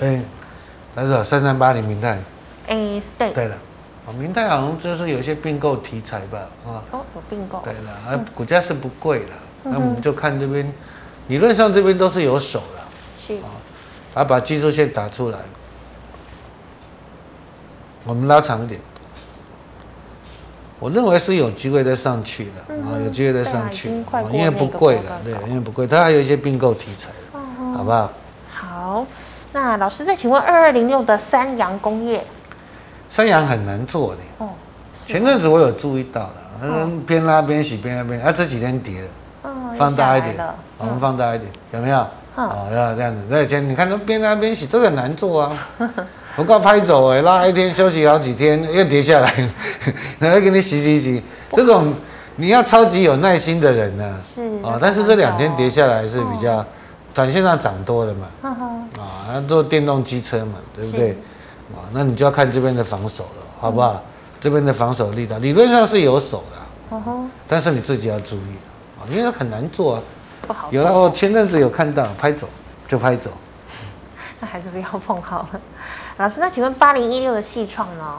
Speaker 2: 哎，但是三三八零明泰，
Speaker 1: 哎，对，
Speaker 2: 对了，哦，明泰好像就是有一些并购题材吧，啊，
Speaker 1: 哦，嗯有并购
Speaker 2: 对，了，啊，股价是不贵了，那我们就看这边，理论上这边都是有手了，
Speaker 1: 是，
Speaker 2: 啊，把技术线打出来，我们拉长一点，我认为是有机会再上去的
Speaker 1: 嗯
Speaker 2: 啊，
Speaker 1: 哼
Speaker 2: 有机会再上去
Speaker 1: 对啊已经
Speaker 2: 的，
Speaker 1: 快
Speaker 2: 啊
Speaker 1: 过
Speaker 2: 因为
Speaker 1: 那
Speaker 2: 不
Speaker 1: 个
Speaker 2: 贵
Speaker 1: 波
Speaker 2: 了
Speaker 1: 段，
Speaker 2: 对
Speaker 1: 了，哦
Speaker 2: 因为不贵，它还有一些并购题材了，好不好？
Speaker 1: 好，那老师再请问二二零六的三洋工业，
Speaker 2: 三洋很难做的。
Speaker 1: 哦，是哦
Speaker 2: 前
Speaker 1: 吗，
Speaker 2: 阵子我有注意到了，嗯，边拉边洗，边拉边，啊，这几天跌了，
Speaker 1: 嗯
Speaker 2: 放大一点，啊我们
Speaker 1: 嗯，
Speaker 2: 放大一点，有没有？
Speaker 1: 嗯
Speaker 2: 哦，要这样子。那以前你看都边拉边洗，这个很难做啊。 我告拍走哎、拉一天休息好几天，又跌下来， 然后给你洗洗洗。这种你要超级有耐心的人呢、
Speaker 1: 是啊
Speaker 2: 哦，但是这两天跌，下来是比
Speaker 1: 嗯
Speaker 2: 较，短线上涨多了嘛，
Speaker 1: 呵呵，
Speaker 2: 啊，那做电动机车嘛，对不对
Speaker 1: 嗯是？嗯
Speaker 2: 啊，那你就要看这边的防守了，好不好？这边的防守力道理论上是有手的，
Speaker 1: 哦吼，
Speaker 2: 但是你自己要注意啊，因为它很难做啊。
Speaker 1: 不好，
Speaker 2: 有了，我前阵子有看到拍走就拍走，
Speaker 1: 那还是不要碰好了。 老师，那请问八零一六的细创呢？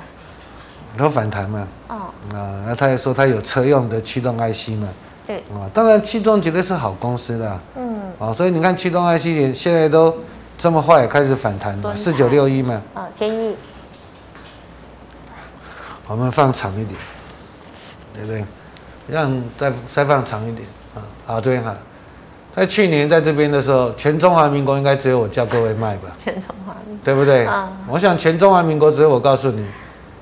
Speaker 2: 然后反弹嘛，
Speaker 1: 哦，
Speaker 2: 啊，那他也说他有车用的驱动 IC 嘛，
Speaker 1: 对，
Speaker 2: 啊，当然驱动绝对是好公司的啊，
Speaker 1: 嗯，
Speaker 2: 啊所以你看驱动 IC 也现在都这么坏，开始反弹嘛，四
Speaker 1: 蹲
Speaker 2: 九六一嘛，
Speaker 1: 呃，天域，
Speaker 2: 我们放长一点，对不对？让再再放长一点啊。好，这边看，在去年在这边的时候，全中华民国应该只有我叫各位卖吧，
Speaker 1: 全中华民
Speaker 2: 对不对？
Speaker 1: 嗯
Speaker 2: 我想全中华民国只有我告诉你，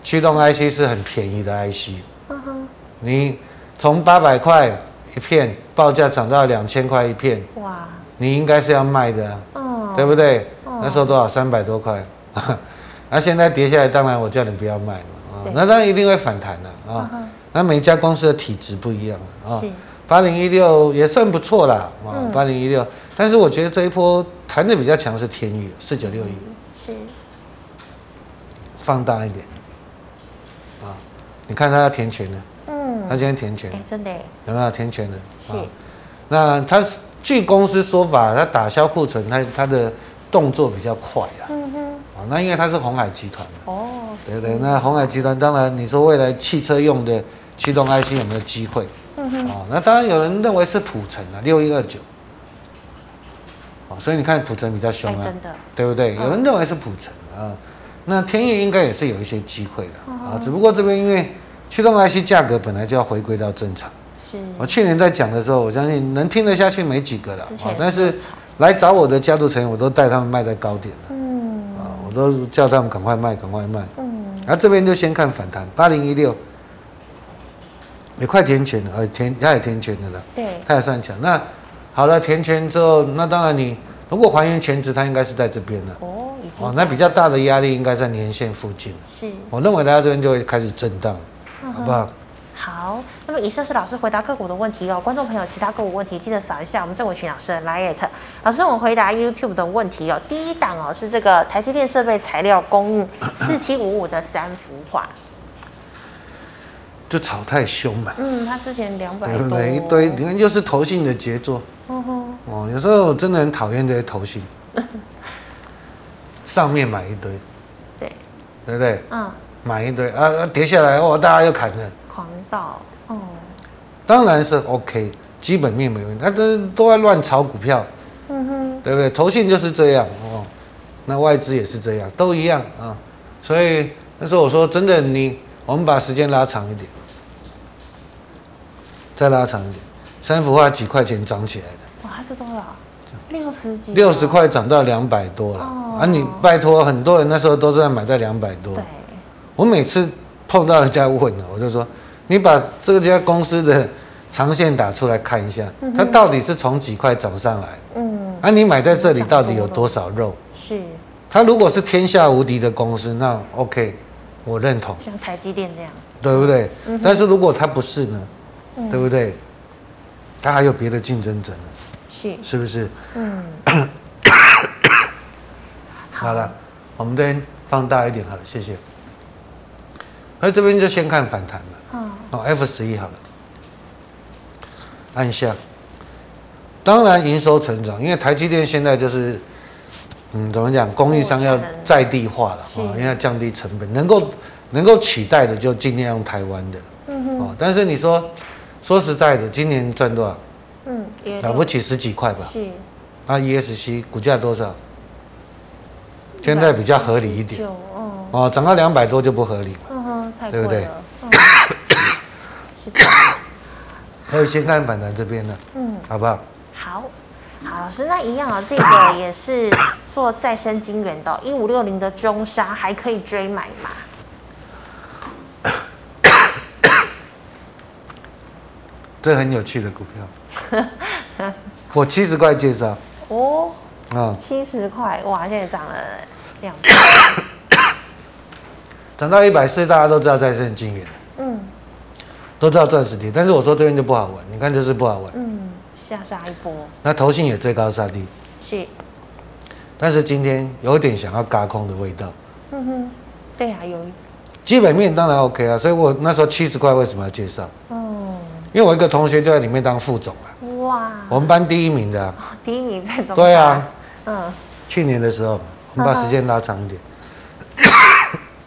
Speaker 2: 驱动 IC 是很便宜的 IC，
Speaker 1: 国，嗯哼，
Speaker 2: 你从八百块一片报价涨到两千块一片，
Speaker 1: 哇，
Speaker 2: 你应该是要卖的、啊，
Speaker 1: 嗯，
Speaker 2: 对不对？
Speaker 1: 哦
Speaker 2: 那时候多少？三百多块， 那、现在跌下来，当然我叫你不要卖了啊、
Speaker 1: 对
Speaker 2: 那当然一定会反弹的啊。
Speaker 1: 嗯哼
Speaker 2: 那每一家公司的体质不一样啊
Speaker 1: 是。
Speaker 2: 八零一六也算不错啦，啊
Speaker 1: 嗯，
Speaker 2: 八零一六，但是我觉得这一波弹的比较强是天宇四九六一，
Speaker 1: 是，
Speaker 2: 放大一点，啊，你看它要填权的，它
Speaker 1: 嗯，
Speaker 2: 今天填权
Speaker 1: 哎，真的耶，
Speaker 2: 有没有填权的？
Speaker 1: 是
Speaker 2: 啊，那它据公司说法，它打消库存，它它的动作比较快啊，
Speaker 1: 嗯哼，
Speaker 2: 啊，那因为它是红海集团嘛，
Speaker 1: 哦，
Speaker 2: 对不对？那红海集团当然你说未来汽车用的驱动 IC 有没有机会？
Speaker 1: 嗯哼，
Speaker 2: 哦，那当然有人认为是普城啊，六一二九。哦，所以你看普城比较凶
Speaker 1: 哎，
Speaker 2: 啊，
Speaker 1: 真的，
Speaker 2: 对不对？
Speaker 1: 嗯
Speaker 2: 有人认为是普城啊，那天宇应该也是有一些机会的
Speaker 1: 嗯
Speaker 2: 啊，只不过这边因为驱动 IC 价格本来就要回归到正常。
Speaker 1: 是，
Speaker 2: 我去年在讲的时候，我相信能听得下去没几个了
Speaker 1: 之
Speaker 2: 啊
Speaker 1: 前，
Speaker 2: 但是
Speaker 1: 有炒
Speaker 2: 来找我的家族成员，我都带他们卖在高点了
Speaker 1: 嗯
Speaker 2: 啊，我都叫他们赶快卖，赶快卖。
Speaker 1: 嗯，
Speaker 2: 然后这边就先看反弹，八零一六也快填权了，呃，填它也填权的了啦。
Speaker 1: 对，
Speaker 2: 它也算强。那好了，填权之后，那当然你如果还原全值，它应该是在这边了。
Speaker 1: 哦，已经
Speaker 2: 哦，那比较大的压力应该在年线附近了。
Speaker 1: 是，
Speaker 2: 我认为来到这边就会开始震荡，
Speaker 1: 嗯
Speaker 2: 好
Speaker 1: 哼
Speaker 2: 不好？
Speaker 1: 好，那么以上是老师回答个股的问题哦。观众朋友，其他个股问题记得扫一下我们郑伟群老师的 Line。老师，我们回答 YouTube 的问题哦。第一档哦是这个台积电设备材料供 应四七五五的三幅画，
Speaker 2: 就炒太凶嘛，
Speaker 1: 嗯，它之前两百
Speaker 2: 对不
Speaker 1: 多，
Speaker 2: 对？一堆，你看又是投信的杰作
Speaker 1: 嗯哼，
Speaker 2: 哦。有时候我真的很讨厌这些投 信，上面买一堆，
Speaker 1: 对，
Speaker 2: 对不对？
Speaker 1: 嗯，
Speaker 2: 买一堆啊，啊跌下来哇，大家又砍了。
Speaker 1: 狂到，嗯，
Speaker 2: 当然是 OK，基本面没问题。他这都在乱炒股票，
Speaker 1: 嗯哼，
Speaker 2: 对不对？投信就是这样哦，那外资也是这样，都一样啊。所以那时候我说，真的你，我们把时间拉长一点，再拉长一点，三幅画几块钱涨起来的，
Speaker 1: 哇，它是多少？六十几，
Speaker 2: 六十，块涨到两百多了、
Speaker 1: 哦
Speaker 2: 啊！你拜托，很多人那时候都是在买在两百多
Speaker 1: 对，，
Speaker 2: 我每次碰到人家问了，我就说，你把这家公司的长线打出来看一下，它到底是从几块涨上来，
Speaker 1: 嗯，
Speaker 2: 啊，你买在这里到底有多少肉？
Speaker 1: 是
Speaker 2: 它如果是天下无敌的公司，那 OK，我认同，
Speaker 1: 像台积电这样，
Speaker 2: 对不对？
Speaker 1: 嗯哼
Speaker 2: 但是如果它不是呢，
Speaker 1: 嗯
Speaker 2: 对不对？它还有别的竞争者呢，
Speaker 1: 是，
Speaker 2: 是不是？
Speaker 1: 嗯，
Speaker 2: 好了，我们这边放大一点好了，谢谢。那这边就先看反弹了，
Speaker 1: 嗯，
Speaker 2: 哦，F 十一好了，按下。当然营收成长，因为台积电现在就是，嗯，怎么讲，供应商要
Speaker 1: 供应商
Speaker 2: 在地化了，
Speaker 1: 是
Speaker 2: 哦，因为要降低成本，能够能够取代的就尽量用台湾的，
Speaker 1: 嗯哼，
Speaker 2: 哦，但是你说说实在的，今年赚多少？
Speaker 1: 嗯，也
Speaker 2: 了不起十几块吧？
Speaker 1: 是
Speaker 2: 啊，ESC 股价多少？现在比较合理一点
Speaker 1: 九，嗯
Speaker 2: 哦，涨到两百多就不合理。
Speaker 1: 嗯哼，太
Speaker 2: 对
Speaker 1: 贵了，
Speaker 2: 不对
Speaker 1: 嗯是的，
Speaker 2: 还有先看反弹这边呢，
Speaker 1: 嗯，
Speaker 2: 好不好？
Speaker 1: 好，好，老师，那一样啊，这个也是做再生晶圆的，一五六零的中沙还可以追买吗？
Speaker 2: 这很有趣的股票， 我七十块介绍
Speaker 1: 哦，
Speaker 2: 啊，
Speaker 1: 七十块，哇，现在涨了两倍，
Speaker 2: 涨到一百四，大家都知道再生晶圆，
Speaker 1: 嗯
Speaker 2: 都知道钻石跌，但是我说这边就不好玩，你看就是不好玩。
Speaker 1: 嗯，下杀一波，
Speaker 2: 那投信也最高杀低，
Speaker 1: 是，
Speaker 2: 但是今天有点想要嘎空的味道，
Speaker 1: 嗯哼，对啊，有一，
Speaker 2: 基本面当然 OK 啊，所以我那时候七十块为什么要介绍？
Speaker 1: 嗯，
Speaker 2: 因为我一个同学就在里面当副总啊，
Speaker 1: 哇，
Speaker 2: 我们班第一名的啊、
Speaker 1: 第一名在中沙，
Speaker 2: 对啊，
Speaker 1: 嗯，
Speaker 2: 去年的时候，我们把时间拉长一点，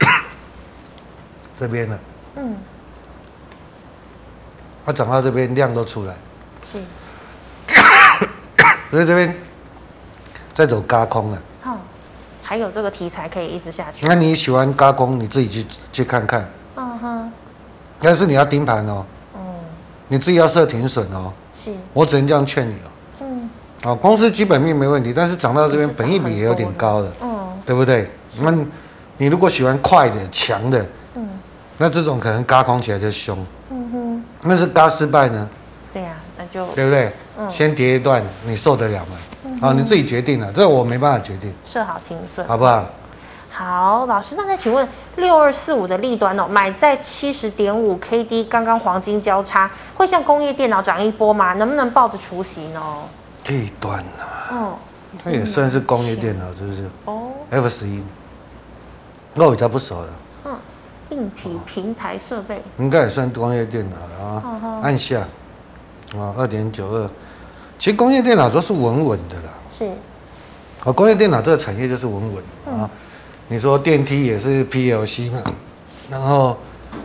Speaker 2: 这边呢，
Speaker 1: 嗯，
Speaker 2: 它涨到这边量都出来，
Speaker 1: 是，
Speaker 2: 所以这边在走嘎空啊了。
Speaker 1: 好，还有这个题材可以一直下去，
Speaker 2: 那你喜欢嘎空，你自己去去看看，
Speaker 1: 嗯哼，
Speaker 2: 但是你要盯盘哦，你自己要设停损哦。
Speaker 1: 嗯是，
Speaker 2: 我只能这样劝你哦。
Speaker 1: 嗯
Speaker 2: 啊，公司基本面没问题，但是涨到这边，
Speaker 1: 就是
Speaker 2: 本益比也有点高了，
Speaker 1: 嗯
Speaker 2: 对不对？那你你如果喜欢快的、强的，
Speaker 1: 嗯
Speaker 2: 那这种可能嘎空起来就凶。
Speaker 1: 嗯哼，
Speaker 2: 那是嘎失败呢，
Speaker 1: 对呀、那就
Speaker 2: 对不对？
Speaker 1: 嗯
Speaker 2: 先跌一段，你受得了吗？啊，你自己决定了，这我没办法决定，
Speaker 1: 设好停损。
Speaker 2: 好不好？
Speaker 1: 嗯好，老师，那再请问六二四五的利端哦，买在七十点五 K D，刚刚黄金交叉，会像工业电脑涨一波吗？能不能抱着除息呢？
Speaker 2: 这一段啊，
Speaker 1: 嗯，
Speaker 2: 它也算是工业电脑，是不是
Speaker 1: 哦，
Speaker 2: ？F 十一，那我比较不熟了，
Speaker 1: 嗯，硬体平台设备，
Speaker 2: 应该也算工业电脑了
Speaker 1: 嗯
Speaker 2: 啊
Speaker 1: 哼。
Speaker 2: 按下，啊，二点九二，其实工业电脑都是稳稳的啦。
Speaker 1: 是，
Speaker 2: 啊，工业电脑这个产业就是稳稳的
Speaker 1: 嗯
Speaker 2: 啊。你说电梯也是 PLC 嘛，然后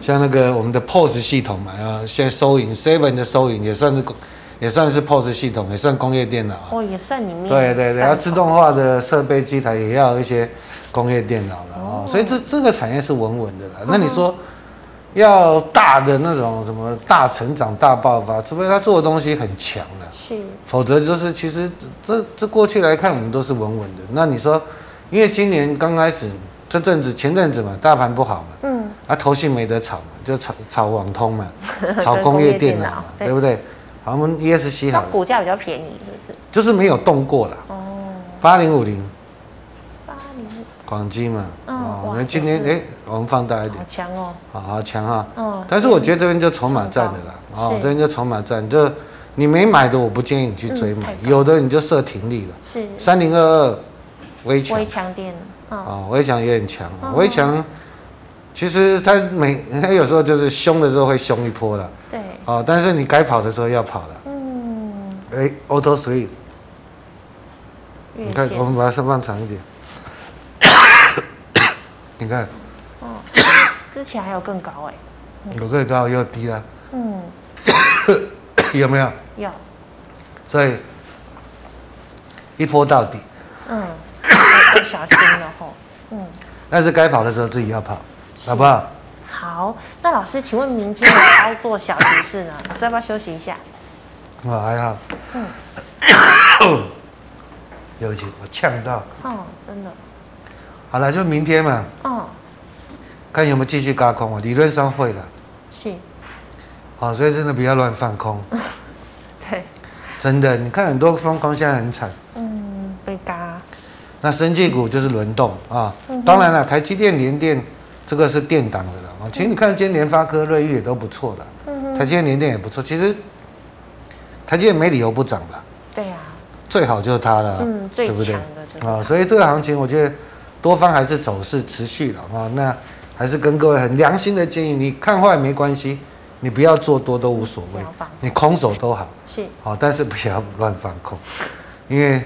Speaker 2: 像那个我们的 POS 系统嘛，啊，现在收银 Seven 的收银也算是工也算是 POS 系统，也算工业电脑啊。
Speaker 1: 哦，也算里面。
Speaker 2: 对对对，要自。动化的设备机台也要有一些工业电脑了哦，嗯所以这这个产业是稳稳的啦。那你说要大的那种什么大成长、大爆发，除非他做的东西很强了。
Speaker 1: 是，
Speaker 2: 否则就是其实这这过去来看，我们都是稳稳的。那你说，因为今年刚开始这阵子前阵子嘛，大盘不好嘛，
Speaker 1: 嗯，，
Speaker 2: 啊，投信没得炒嘛，就炒炒网通 嘛炒工业电脑嘛，
Speaker 1: 对
Speaker 2: 对不对？好，我们 ESC
Speaker 1: 那
Speaker 2: 好了，
Speaker 1: 股价比较便宜，是不是？
Speaker 2: 就是没有动过啦。
Speaker 1: 哦，
Speaker 2: 八零五零
Speaker 1: 八零，
Speaker 2: 广基嘛，
Speaker 1: 嗯
Speaker 2: 哦，
Speaker 1: 哇
Speaker 2: 那今天
Speaker 1: 这是
Speaker 2: 哎，我们放大一点
Speaker 1: 好，强哦。
Speaker 2: 好好强啊！
Speaker 1: 嗯，
Speaker 2: 但是我觉得这边就筹码战的啦，
Speaker 1: 嗯
Speaker 2: 哦
Speaker 1: 是，
Speaker 2: 这边就筹码战，就你没买的，我不建议你去追
Speaker 1: 嗯太
Speaker 2: 买，
Speaker 1: 高
Speaker 2: 有的你就设停利了。
Speaker 1: 是
Speaker 2: 三零二二，微强
Speaker 1: 微强电，嗯，
Speaker 2: 啊，微强也很强
Speaker 1: 嗯。
Speaker 2: 微强其实它每它有时候就是凶的时候会凶一波了，
Speaker 1: 对，
Speaker 2: 哦，但是你该跑的时候要跑了。
Speaker 1: 嗯，
Speaker 2: 哎，Auto Three，
Speaker 1: 月
Speaker 2: 你看，我
Speaker 1: 线，
Speaker 2: 们把它放长一点。 你看，
Speaker 1: 之前还有更高哎，
Speaker 2: 有更高又低啊，
Speaker 1: 嗯，
Speaker 2: 有没有？
Speaker 1: 有，
Speaker 2: 所以一波到底，
Speaker 1: 嗯，要小心了吼，嗯。
Speaker 2: 但是该跑的时候自己要跑，好不好？
Speaker 1: 好，那老师，请问明天的操作小提示呢？老师要不要休息一下？
Speaker 2: 我哦还好。
Speaker 1: 嗯
Speaker 2: 对不起，我呛到。
Speaker 1: 哦，真的，
Speaker 2: 好了，就明天嘛。
Speaker 1: 哦，
Speaker 2: 看有没有继续嘎空啊？理论上会的，
Speaker 1: 是，
Speaker 2: 好，所以真的不要乱放空，
Speaker 1: 对，
Speaker 2: 真的。你看很多放空现在很惨，
Speaker 1: 嗯，被嘎，
Speaker 2: 那生技股就是轮动啊
Speaker 1: 嗯哼。
Speaker 2: 当然了，台积电、联电这个是电档的了啊。其实你看今天联发科、瑞昱也都不错的，
Speaker 1: 嗯
Speaker 2: 台
Speaker 1: 哼，
Speaker 2: 积电、联电也不错。其实台积电没理由不涨吧？
Speaker 1: 对啊呀、
Speaker 2: 最好就是它了啊，
Speaker 1: 嗯，最
Speaker 2: 对不对
Speaker 1: 强的就是
Speaker 2: 啊。所以这个行情，我觉得多方还是走势持续了啊。那还是跟各位很良心的建议，你看坏没关系，你不要做多都无所
Speaker 1: 不
Speaker 2: 谓
Speaker 1: 要放，
Speaker 2: 你空手都好。
Speaker 1: 是，
Speaker 2: 好，但是不要 乱放空，因为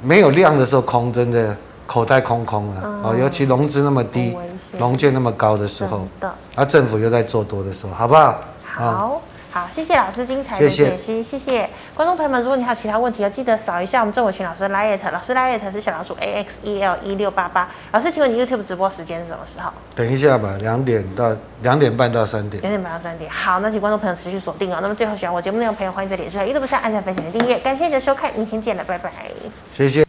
Speaker 2: 没有量的时候空真的口袋空空了
Speaker 1: 嗯
Speaker 2: 哦，尤其融资那么低
Speaker 1: 很危险，
Speaker 2: 融券那么高的时
Speaker 1: 真
Speaker 2: 候，
Speaker 1: 的。
Speaker 2: 啊，政府又在做多的时候，好不好？啊，
Speaker 1: 好。好，谢谢老师精彩的
Speaker 2: 谢谢
Speaker 1: 解析，谢谢观众朋友们。如果你还有其他问题，哦要记得扫一下我们郑伟群老师的 Lite，老师 Lite 是小老鼠 A X E L 一六八八。老师，请问你 YouTube 直播时间是什么时候？
Speaker 2: 等一下吧，两点到两点半到三点，
Speaker 1: 两点半到三点。好，那请观众朋友持续锁定哦。那么最后，喜欢我节目内容的朋友，欢迎在脸书、YouTube 上按下分享、订阅。感谢你的收看，明天见了，拜拜。
Speaker 2: 谢谢。